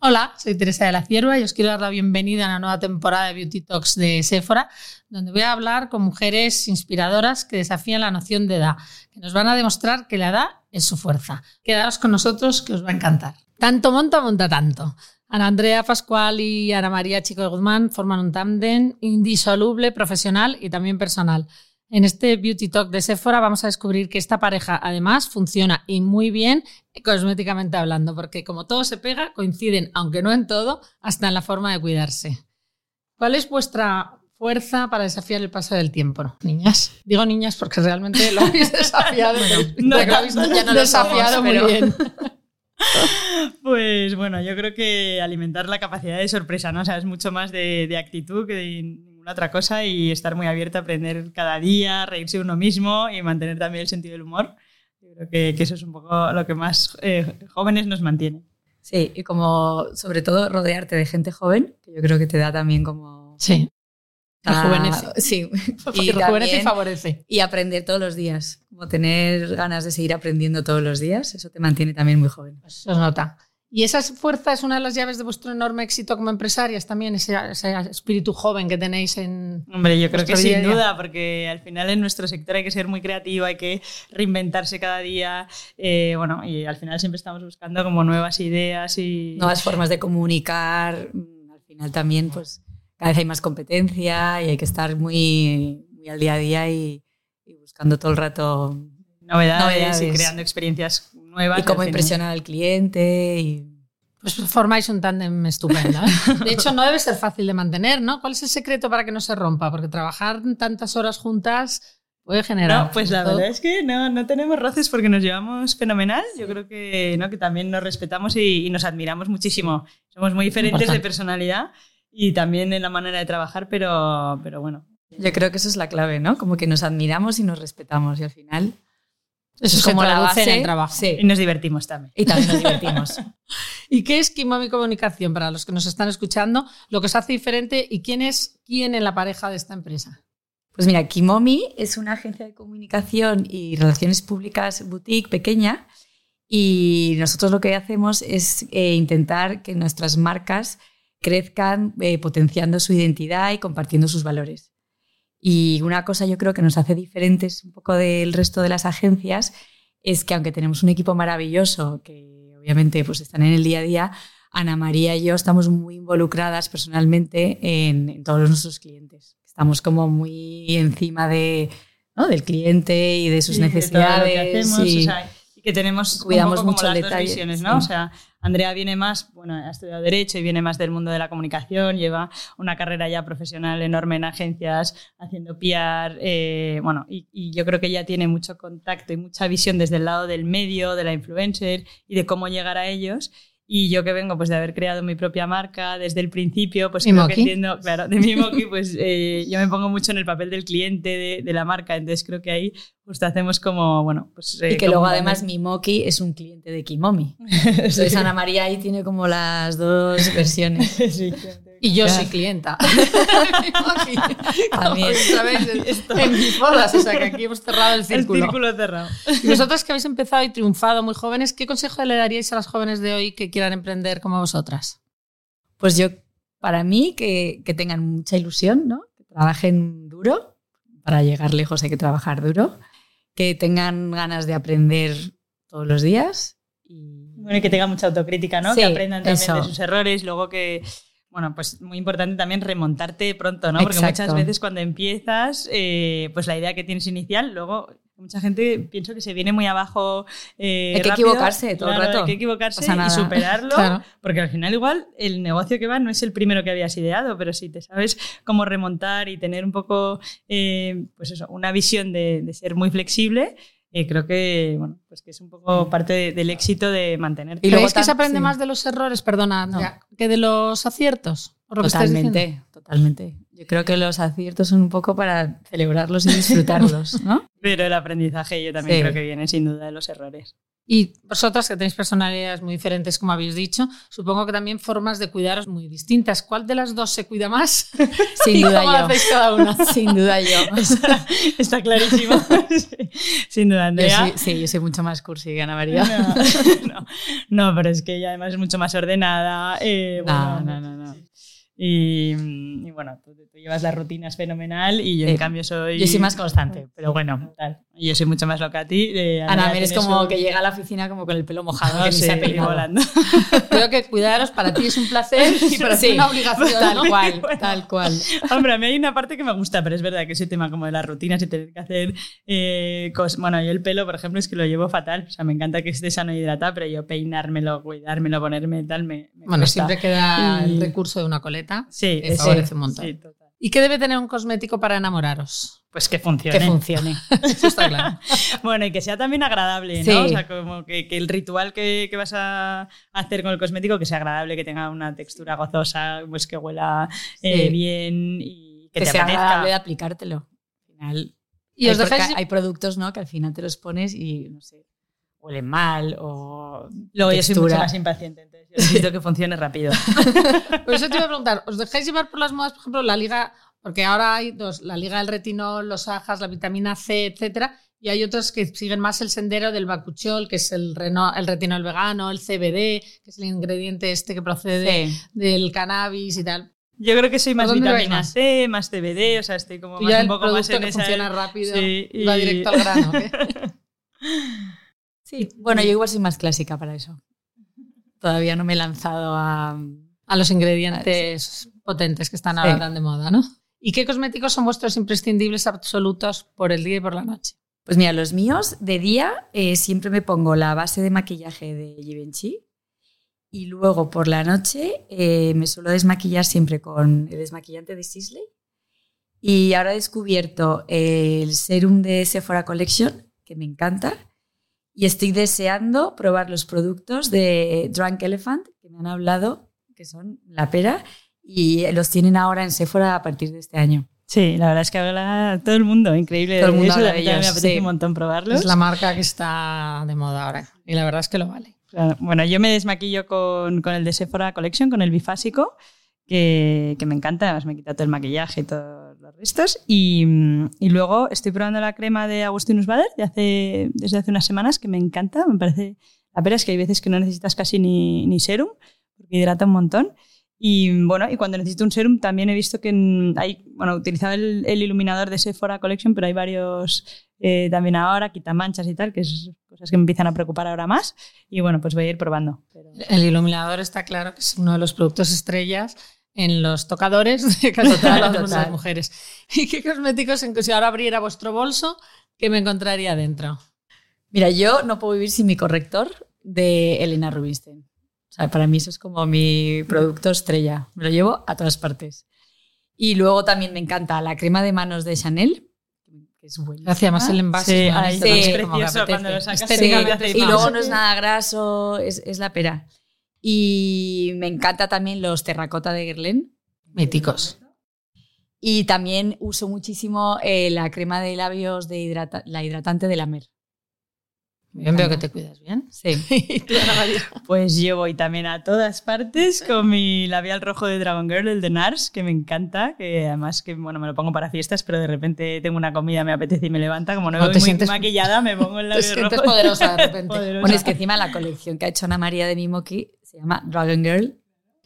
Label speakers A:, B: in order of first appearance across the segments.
A: Hola, soy Teresa de la Cierva y os quiero dar la bienvenida a la nueva temporada de Beauty Talks de Sephora, donde voy a hablar con mujeres inspiradoras que desafían la noción de edad, que nos van a demostrar que la edad es su fuerza. Quedaos con nosotros que os va a encantar. Tanto monta, monta tanto. Ana Andrea Pascual y Ana María Chico de Guzmán forman un tándem indisoluble profesional y también personal. En este Beauty Talk de Sephora vamos a descubrir que esta pareja además funciona y muy bien cosméticamente hablando, porque como todo se pega, coinciden, aunque no en todo, hasta en la forma de cuidarse. ¿Cuál es vuestra fuerza para desafiar el paso del tiempo, niñas? Digo niñas porque realmente lo habéis desafiado.
B: no,
A: lo habéis
B: no, ya no lo
A: desafiado
B: somos,
A: muy
B: pero-
A: bien.
B: Pues bueno, yo creo que alimentar la capacidad de sorpresa, ¿no? O sea, es mucho más de, de actitud que de ninguna otra cosa y estar muy abierta a aprender cada día, reírse uno mismo y mantener también el sentido del humor. Yo creo que, que eso es un poco lo que más eh, jóvenes nos mantiene.
C: Sí, y como sobre todo rodearte de gente joven, que yo creo que te da también como...
A: Sí,
C: Ah,
A: rejuvenece.
C: Sí,
A: y rejuvenece y
C: también-
A: favorece.
C: y aprender todos los días, como tener ganas de seguir aprendiendo todos los días, eso te mantiene también muy joven.
A: Se os nota. Y esa fuerza es una de las llaves de vuestro enorme éxito como empresarias también, ese, ese espíritu joven que tenéis en...
B: Hombre, yo creo
A: Nuestro
B: que
A: día
B: sin
A: a día.
B: duda, porque al final en nuestro sector hay que ser muy creativo, hay que reinventarse cada día, eh, bueno, y al final siempre estamos buscando como nuevas ideas y...
C: Nuevas formas de comunicar, mm, al final también pues cada vez hay más competencia y hay que estar muy, muy al día a día y, y buscando todo el rato
B: novedades, y
C: Novedades.
B: creando experiencias nuevas.
C: y cómo
B: al final.
C: impresionar al cliente y...
A: Pues formáis un tándem estupendo. ¿eh? De hecho, no debe ser fácil de mantener, ¿no? ¿Cuál es el secreto para que no se rompa? Porque trabajar tantas horas juntas puede generar...
B: No, pues la
A: todo.
B: verdad es que no, no tenemos roces porque nos llevamos fenomenal. Yo creo que, ¿no? que también nos respetamos y, y nos admiramos muchísimo. Somos muy diferentes
A: Importante.
B: de personalidad y también en la manera de trabajar, pero, pero bueno.
C: Yo creo que eso es la clave, ¿no? Como que nos admiramos y nos respetamos y al final
A: Eso
C: es
A: se
C: como la
A: traduce
C: base
A: en el trabajo.
B: Y
C: Sí.
B: nos divertimos también.
C: Y también nos divertimos.
A: ¿Y qué es Kimomi Comunicación para los que nos están escuchando? Lo que os hace diferente y quién es quién en la pareja de esta empresa.
C: Pues mira, Kimomi es una agencia de comunicación y relaciones públicas boutique pequeña y nosotros lo que hacemos es eh, intentar que nuestras marcas crezcan eh, potenciando su identidad y compartiendo sus valores. Y una cosa yo creo que nos hace diferentes un poco del resto de las agencias es que aunque tenemos un equipo maravilloso que obviamente pues están en el día a día, Ana María y yo estamos muy involucradas personalmente en, en todos nuestros clientes. Estamos como muy encima de, ¿no? del cliente y de sus
B: Sí, de todo lo que
C: necesidades.
B: hacemos,
C: y-
B: o sea, y que tenemos
C: Cuidamos
B: un poco
C: mucho
B: como
C: el
B: las
C: detalle,
B: dos visiones, ¿no?
C: sí.
B: O sea, Andrea viene más, bueno, ha estudiado Derecho y viene más del mundo de la comunicación, lleva una carrera ya profesional enorme en agencias, haciendo PR, eh, bueno, y, y yo creo que ella tiene mucho contacto y mucha visión desde el lado del medio, de la influencer y de cómo llegar a ellos. Y yo que vengo pues de haber creado mi propia marca desde el principio, pues creo que
A: Mimoki.
B: entiendo, claro, de Mimoki, pues eh, yo me pongo mucho en el papel del cliente de, de la marca, entonces creo que ahí justo hacemos como, bueno, pues... eh,
C: y que
B: como
C: luego
B: un
C: además
B: momento.
C: Mimoki es un cliente de Kimomi. Entonces Ana María ahí tiene como las dos versiones
B: Sí.
A: Y yo
C: Ya.
A: soy clienta.
C: también.
A: ¿Sabéis? En mis bodas, o sea que aquí hemos cerrado el
B: El
A: círculo.
B: círculo cerrado.
A: Y vosotras que habéis empezado y triunfado muy jóvenes, ¿qué consejo le daríais a las jóvenes de hoy que quieran emprender como vosotras?
C: Pues yo, para mí, que, que tengan mucha ilusión, ¿no? Que trabajen duro. Para llegar lejos hay que trabajar duro. Que tengan ganas de aprender todos los días. Y
B: Bueno, y que tenga mucha autocrítica, ¿no?
C: Sí,
B: que aprendan también
C: eso.
B: de sus errores, luego que... Bueno, pues muy importante también remontarte pronto, ¿no? Porque muchas
C: Exacto.
B: veces cuando empiezas, eh, pues la idea que tienes inicial, luego mucha gente pienso que se viene muy abajo. eh,
C: Hay que
B: rápido.
C: equivocarse todo el
B: Claro,
C: rato.
B: Hay que equivocarse
C: Pasa
B: y
C: nada.
B: superarlo.
A: Claro.
B: Porque al final igual el negocio que va no es el primero que habías ideado, pero si te sabes cómo remontar y tener un poco, eh, pues eso, una visión de, de ser muy flexible, eh, creo que, bueno, pues que es un poco parte de- del éxito de mantenerte.
A: ¿Y
C: Y luego
A: ¿Creéis que
C: tam-
A: se aprende
C: sí.
A: más de los errores, perdona,
C: No.
A: Andrea, que de los aciertos? Por lo que estáis diciendo?
C: totalmente, totalmente. Yo creo que los aciertos son un poco para celebrarlos y disfrutarlos, ¿no?
B: Pero el aprendizaje yo también
C: Sí.
B: creo que viene sin duda de los errores.
A: Y vosotras que tenéis personalidades muy diferentes, como habéis dicho, supongo que también formas de cuidaros muy distintas. ¿Cuál de las dos se cuida más?
C: Sin
A: ¿Y
C: duda
A: cómo
C: yo.
A: lo hacéis cada una?
C: Sin duda yo.
B: Está, está clarísimo. Sí, Sin duda,
C: Yo
B: Andrea.
C: soy- sí, yo soy mucho más cursi que Ana María.
B: No, no, no, pero es que ella además es mucho más ordenada. eh,
C: No,
B: bueno,
C: no, no, no.
B: Y, mm, y bueno, tú, tú llevas las rutinas fenomenal y yo en
C: Eh,
B: cambio soy...
C: Yo soy más constante, pero bueno.
B: Tal. Yo soy mucho más loca a ti. eh,
C: Ana María es
B: tiene
C: como
B: su-
C: que llega a la oficina como con el pelo mojado,
B: No,
C: que ni
B: sí,
C: se ha
B: y
C: peinado.
B: volando.
A: Creo que cuidaros para ti es un placer y para ti
C: Sí.
A: una obligación.
C: Tal
A: ¿no?
C: cual, tal cual.
B: Hombre, a mí hay una parte que me gusta, pero es verdad que ese tema como de las rutinas y tener que hacer eh, cosas. Bueno, yo el pelo, por ejemplo, es que lo llevo fatal. O sea, me encanta que esté sano y hidratado, pero yo peinármelo, cuidármelo, ponerme tal, me, me
A: Bueno,
B: cuesta.
A: siempre queda el
B: Y-
A: recurso de una coleta.
B: Sí,
A: te
B: ese-
A: favorece un montón.
B: sí, total.
A: ¿Y qué debe tener un cosmético para enamoraros?
B: Pues que
C: Que
B: funcione.
C: funcione.
A: Eso está claro.
B: bueno, y que sea también agradable, ¿no?
C: Sí.
B: O sea, como que, que el ritual que, que vas a hacer con el cosmético que sea agradable, que tenga una textura gozosa, pues que huela eh,
C: Sí.
B: bien y que,
C: Que
B: te
C: sea
B: apetezca.
C: agradable de aplicártelo. Al final,
A: Y
C: hay,
A: os
C: porque
A: dejáis...
C: hay productos ¿no? que al final te los pones y, no sé, huelen mal o...
B: Luego yo soy
C: textura.
B: mucho más impaciente, entonces yo necesito que funcione rápido.
A: Por eso te iba a preguntar, ¿os dejáis llevar por las modas, por ejemplo, la liga, porque ahora hay dos, la liga del retinol, los ajas, la vitamina C, etcétera, y hay otros que siguen más el sendero del bacuchol, que es el, reno- el retinol vegano, el CBD, que es el ingrediente este que procede
C: Sí.
A: del cannabis y tal.
B: Yo creo que soy más
A: dónde lo ves
B: vitamina
A: más?
B: C, más CBD, o sea, estoy como
A: Tú
B: más,
A: ya
B: un
A: el
B: poco más
A: producto
B: en
A: que
B: esa.
A: funciona rápido
B: Sí,
A: va
B: y-
A: directo al grano. ¿eh? ¿qué?
C: Sí, bueno, yo igual soy más clásica para eso. Todavía no me he lanzado a...
A: A los ingredientes potentes que están ahora
C: Sí.
A: tan de moda, ¿no? ¿Y qué cosméticos son vuestros imprescindibles absolutos por el día y por la noche?
C: Pues mira, los míos de día eh, siempre me pongo la base de maquillaje de Givenchy y luego por la noche eh, me suelo desmaquillar siempre con el desmaquillante de Sisley. Y ahora he descubierto el serum de Sephora Collection, que me encanta. Y estoy deseando probar los productos de Drunk Elephant, que me han hablado, que son la pera. Y los tienen ahora en Sephora a partir de este año.
B: Sí, la verdad es que habla todo el mundo, increíble.
C: Todo el
B: de
C: mundo
B: eso,
C: habla
B: a
C: de
B: mí también
C: ellos,
B: me apetece
C: sí.
B: un montón probarlos.
A: Es la marca que está de moda ahora y la verdad es que lo vale.
B: Claro, Bueno, yo me desmaquillo con, con el de Sephora Collection, con el bifásico, que, que me encanta, además me quita todo el maquillaje y todos los restos. Y, mm, y luego estoy probando la crema de Agustinus Bader de hace, desde hace unas semanas, que me encanta, me parece... La pena es que hay veces que no necesitas casi ni, ni serum, porque hidrata un montón. Y mm, bueno, y cuando necesito un serum también he visto que mm, hay, bueno, utilizaba el, el iluminador de Sephora Collection, pero hay varios eh, también ahora, quitamanchas y tal, que es cosas que me empiezan a preocupar ahora más. Y bueno, pues voy a ir probando. pero-
A: El iluminador está claro que es uno de los productos estrellas en los tocadores de casi todas las
C: Total.
A: muchas mujeres. ¿Y qué cosméticos, en- si ahora abriera vuestro bolso, qué me encontraría dentro?
C: Mira, yo no puedo vivir sin mi corrector de Elena Rubinstein. O sea, para mí eso es como mi producto estrella. Me lo llevo a todas partes. Y luego también me encanta la crema de manos de Chanel, que es buena.
A: Gracias, más el envase.
B: Ah, Sí,
A: ¿no? Esto
B: ay,
C: sí,
A: no
C: es
A: como que
B: precioso
A: apetece.
B: cuando lo sacas,
A: Estéticamente
B: sí,
A: es
C: Y
B: no.
C: luego no es nada graso, es, es la pera. Y me encanta también los terracota de Guerlain.
A: míticos.
C: Y también uso muchísimo eh, la crema de labios de hidrata- la hidratante de la Mer.
A: Bien, veo que te cuidas bien.
C: Sí.
A: Y tú, Ana María.
B: Pues yo voy también a todas partes con mi labial rojo de Dragon Girl, el de NARS, que me encanta, que además que bueno, me lo pongo para fiestas, pero de repente tengo una comida, me apetece y me levanta, como no
A: O
B: voy
A: te
B: muy
A: sientes-
B: maquillada, me pongo el
A: Te
B: labial rojo.
A: sientes poderosa de repente.
B: Poderosa.
C: Bueno, es que encima la colección que ha hecho Ana María de Mimoki se llama Dragon Girl.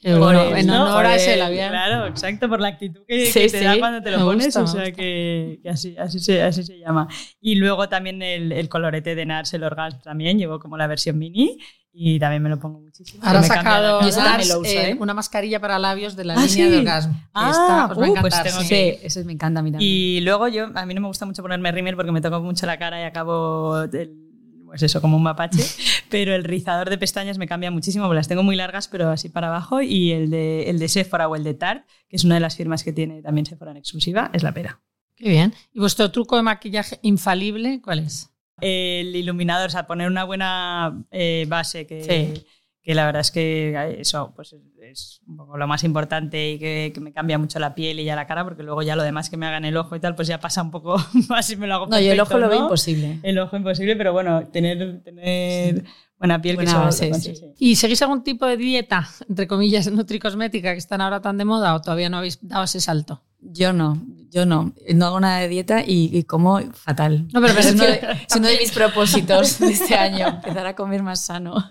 A: Y bueno,
B: Por
A: en
B: el- ¿no?
A: honor
B: por
A: a ese
B: el-
A: labial.
B: Claro, exacto, por la actitud que,
C: Sí,
B: que te
C: sí.
B: da cuando te lo
A: Me
B: pones,
A: gusta,
B: o
A: me
B: sea
A: gusta.
B: que, que así, así, se, así se llama. Y luego también el, el colorete de Nars, el Orgasm también, llevo como la versión mini y también me lo pongo muchísimo.
A: Ahora ha
B: Me cambia la
A: sacado
B: cara.
C: Yo eso también lo
A: Nars,
C: uso,
A: eh,
C: ¿eh?
A: una mascarilla para labios de la
B: Ah,
A: línea
B: sí.
A: de orgasmo.
B: Ah,
A: Esta os va a
B: uh, pues
A: encantar.
B: tengo
A: sí.
B: que-
C: Sí, eso me encanta a mí también.
B: Y luego yo, a mí no me gusta mucho ponerme rímel porque me toco mucho la cara y acabo el- pues eso, como un mapache, pero el rizador de pestañas me cambia muchísimo, porque las tengo muy largas, pero así para abajo, y el de, el de Sephora o el de Tarte, que es una de las firmas que tiene también Sephora en exclusiva, es la pera.
A: Qué bien. ¿Y vuestro truco de maquillaje infalible cuál es?
B: El iluminador, o sea, poner una buena eh, base que,
C: Sí.
B: que la verdad es que eso pues es un poco lo más importante y que, que, me cambia mucho la piel y ya la cara, porque luego ya lo demás que me hagan el ojo y tal, pues ya pasa un poco más y me lo hago.
C: Perfecto, no, yo el ojo ¿no? lo veo imposible.
B: El ojo imposible, pero bueno, tener, tener sí. buena piel
A: buena que base, eso, sí, sí. ¿Y seguís algún tipo de dieta, entre comillas, nutricosmética, que están ahora tan de moda o todavía no habéis dado ese salto?
C: Yo no, yo no. No hago nada de dieta y, y como fatal.
A: No, pero, pero
C: es,
A: uno
C: de, es, uno de, mis propósitos de este año, empezar a comer más sano.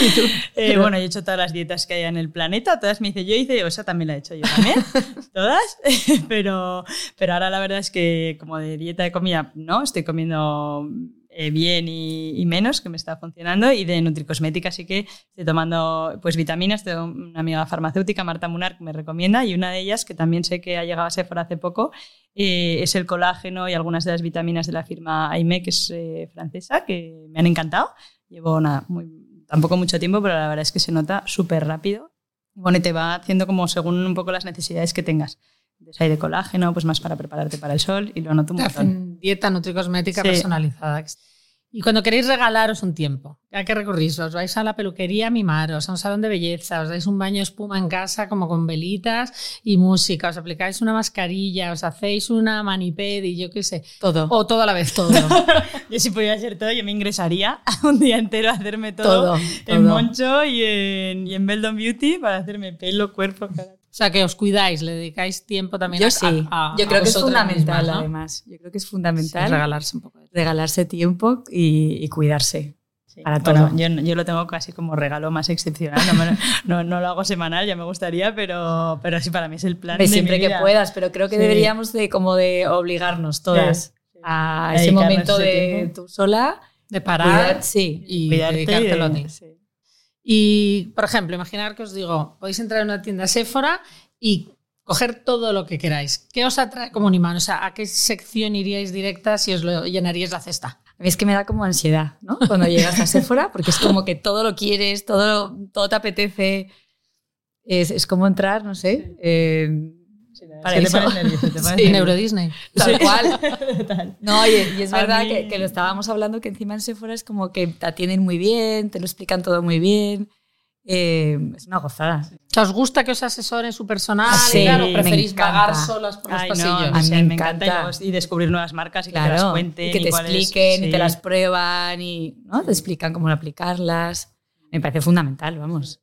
B: ¿Y tú? Eh, bueno, yo he hecho todas las dietas que hay en el planeta, todas me hice yo, hice, o sea, también la he hecho yo también, todas, pero, pero ahora la verdad es que como de dieta de comida, no, estoy comiendo eh, bien y, y, menos, que me está funcionando, y de nutricosmética, así que estoy tomando pues vitaminas, tengo una amiga farmacéutica, Marta Munar, que me recomienda, y una de ellas, que también sé que ha llegado a Sephora hace poco, eh, es el colágeno y algunas de las vitaminas de la firma Aime, que es eh, francesa, que me han encantado. Llevo nada, muy, tampoco mucho tiempo, pero la verdad es que se nota súper rápido. Bueno, y te va haciendo como según un poco las necesidades que tengas. Entonces hay de colágeno, pues más para prepararte para el sol y lo anoto un montón.
A: Dieta nutricosmética sí. personalizada. Y cuando queréis regalaros un tiempo, ¿a qué recurrís? ¿Os vais a la peluquería a mimaros, a un salón de belleza? ¿Os dais un baño de espuma en casa como con velitas y música? ¿Os aplicáis una mascarilla? ¿Os hacéis una manipedi? Yo qué sé.
C: Todo.
A: O todo a la vez, todo.
B: yo si pudiera hacer todo, yo me ingresaría un día entero a hacerme todo, todo en todo. Moncho y en, y en Beldon Beauty para hacerme pelo, cuerpo, cara.
A: O sea, que os cuidáis, le dedicáis tiempo también
C: Yo
A: a,
C: sí. A, a, Yo creo a que es fundamental, misma, ¿no? además. ¿eh? Yo creo que es fundamental.
A: Sí, regalarse un poco. De
C: tiempo. Regalarse tiempo y, y cuidarse. Sí. Para bueno, todo.
B: Yo, yo, lo tengo casi como regalo más excepcional. No, me, no, no, lo hago semanal, ya me gustaría, pero, pero sí, para mí es el plan.
C: De
B: de
C: siempre
B: mi vida.
C: que puedas, pero creo que sí. deberíamos de, como de obligarnos todas a ese momento ese de tiempo. tú sola.
A: De parar
C: Cuidar, sí.
A: y dedicártelo a ti. Y, por ejemplo, imaginar que os digo, podéis entrar en una tienda Sephora y coger todo lo que queráis. ¿Qué os atrae como un imán? O sea, ¿a qué sección iríais directa si os lo llenaríais la cesta?
C: A mí es que me da como ansiedad, ¿no? Cuando llegas a Sephora, porque es como que todo lo quieres, todo, todo te apetece. Es, es como entrar, no sé. Eh,
B: para es que te pones nervioso, te pones
A: sí, Neuro Disney.
C: Tal sí. cual. no, y, y es verdad mí... que, que, lo estábamos hablando, que encima en Sephora es como que te atienden muy bien, te lo explican todo muy bien. Eh, es una gozada. Sí.
A: ¿Os gusta que os asesoren su personal
C: Ah,
A: y claro, preferís vagar solas por los
B: Ay,
A: pasillos? No,
B: a mí o sea, me, me encanta, encanta. Y, descubrir nuevas marcas y claro, que te las cuenten.
C: Y que te y expliquen y te las prueban y ¿no? te explican cómo aplicarlas. Me parece fundamental, vamos.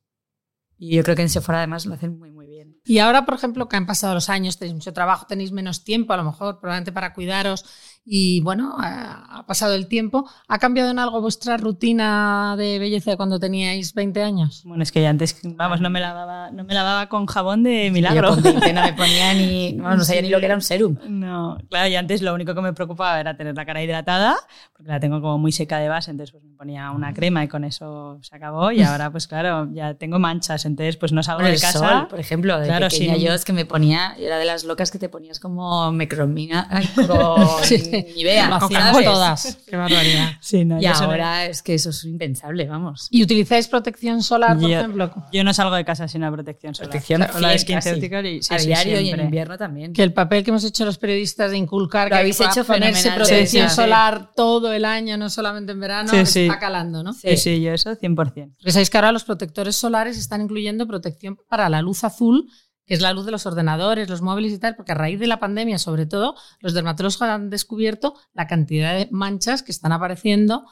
C: Y yo creo que en Sephora además lo hacen muy, muy bien.
A: Y ahora, por ejemplo, que han pasado los años, tenéis mucho trabajo, tenéis menos tiempo, a lo mejor, probablemente para cuidaros, y bueno, eh, ha pasado el tiempo. ¿Ha cambiado en algo vuestra rutina de belleza de cuando teníais 20 años?
B: Bueno, es que ya antes, vamos, no me lavaba, no me lavaba con jabón de milagro. Sí, yo con
C: 20 no me ponía ni, no, no sabía sí. ni lo que era un serum.
B: No, claro, y antes lo único que me preocupaba era tener la cara hidratada, porque la tengo como muy seca de base, entonces pues me ponía
C: Ah.
B: una crema y con eso se acabó. Y ahora, pues claro, ya tengo manchas, entonces pues no salgo
C: bueno,
B: de
C: el
B: casa.
C: Sol, por ejemplo, de claro, pequeña sí. yo es que me ponía, era de las locas que te ponías como micromina, con... Nivea.
A: Lo hacíamos todas. Qué barbaridad.
C: Sí, no, y ahora no. es que eso es impensable, vamos.
A: ¿Y utilizáis protección solar, por
B: yo,
A: ejemplo?
B: Yo no salgo de casa sin una protección solar.
C: Protección
B: solar
C: la de y, sí, a sí, diario siempre. y en invierno también.
A: Que el papel que hemos hecho los periodistas de inculcar
C: Lo
A: que
C: habéis hecho
A: ponerse protección solar todo el año, no solamente en verano, está calando, ¿no?
B: Sí, sí, yo eso 100%.
A: Porque sabéis que ahora los protectores solares están incluyendo protección para la luz azul que es la luz de los ordenadores, los móviles y tal, porque a raíz de la pandemia, sobre todo, los dermatólogos han descubierto la cantidad de manchas que están apareciendo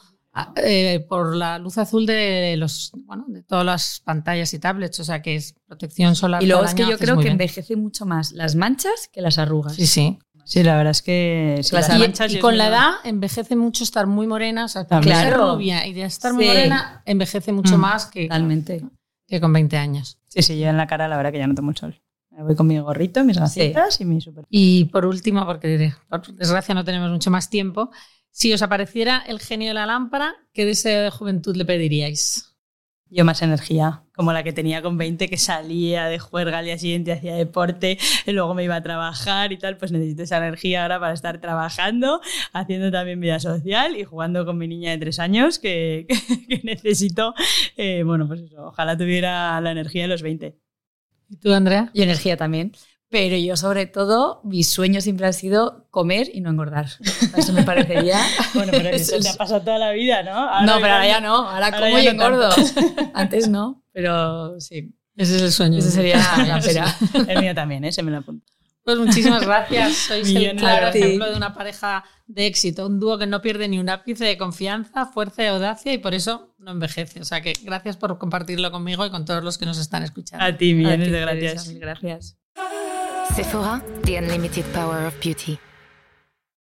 A: eh, por la luz azul de los bueno, de todas las pantallas y tablets, o sea que es protección solar.
C: Y luego es que yo creo que bien. envejece mucho más las manchas que las arrugas.
A: Sí, sí.
B: Sí, la verdad es que
A: sí, las y, manchas y, y con no... la edad envejece mucho estar muy morena, o sea, también claro. ser rubia y de estar muy sí. morena envejece mucho mm, más que,
C: totalmente.
A: que con 20 años.
B: Sí, sí, yo en la cara la verdad que ya no tomo el sol. Voy con mi gorrito, mis gacetas sí. y mi super.
A: Y por último, porque por desgracia no tenemos mucho más tiempo, si os apareciera el genio de la lámpara, ¿qué deseo de juventud le pediríais?
B: Yo más energía, como la que tenía con 20, que salía de juerga al día siguiente, hacía deporte, y luego me iba a trabajar y tal, pues necesito esa energía ahora para estar trabajando, haciendo también vida social y jugando con mi niña de tres años, que, que, que necesito, eh, bueno, pues eso, ojalá tuviera la energía de los 20.
A: ¿Y tú, Andrea?
C: Y energía también. Pero yo, sobre todo, mi sueño siempre ha sido comer y no engordar. Eso me parecería.
B: Bueno, pero que eso te ha pasado toda la vida, ¿no? Ahora
C: no, pero ahora
B: igual-
C: ya no. Ahora,
B: ahora
C: como
B: ya
C: y
B: no
C: engordo. Antes no, pero sí.
A: Ese es el sueño.
C: Esa sería la pera.
B: El mío también, ese me lo apunto.
A: Pues muchísimas gracias. Sois el
B: Millones
A: claro
C: a ti.
A: ejemplo de una pareja de éxito, un dúo que no pierde ni un ápice de confianza, fuerza y audacia y por eso no envejece. O sea que gracias por compartirlo conmigo y con todos los que nos están escuchando.
B: A ti, millones
C: A ti,
B: de
C: Teresa,
B: gracias.
C: mil gracias.
D: Sephora, the unlimited power of beauty.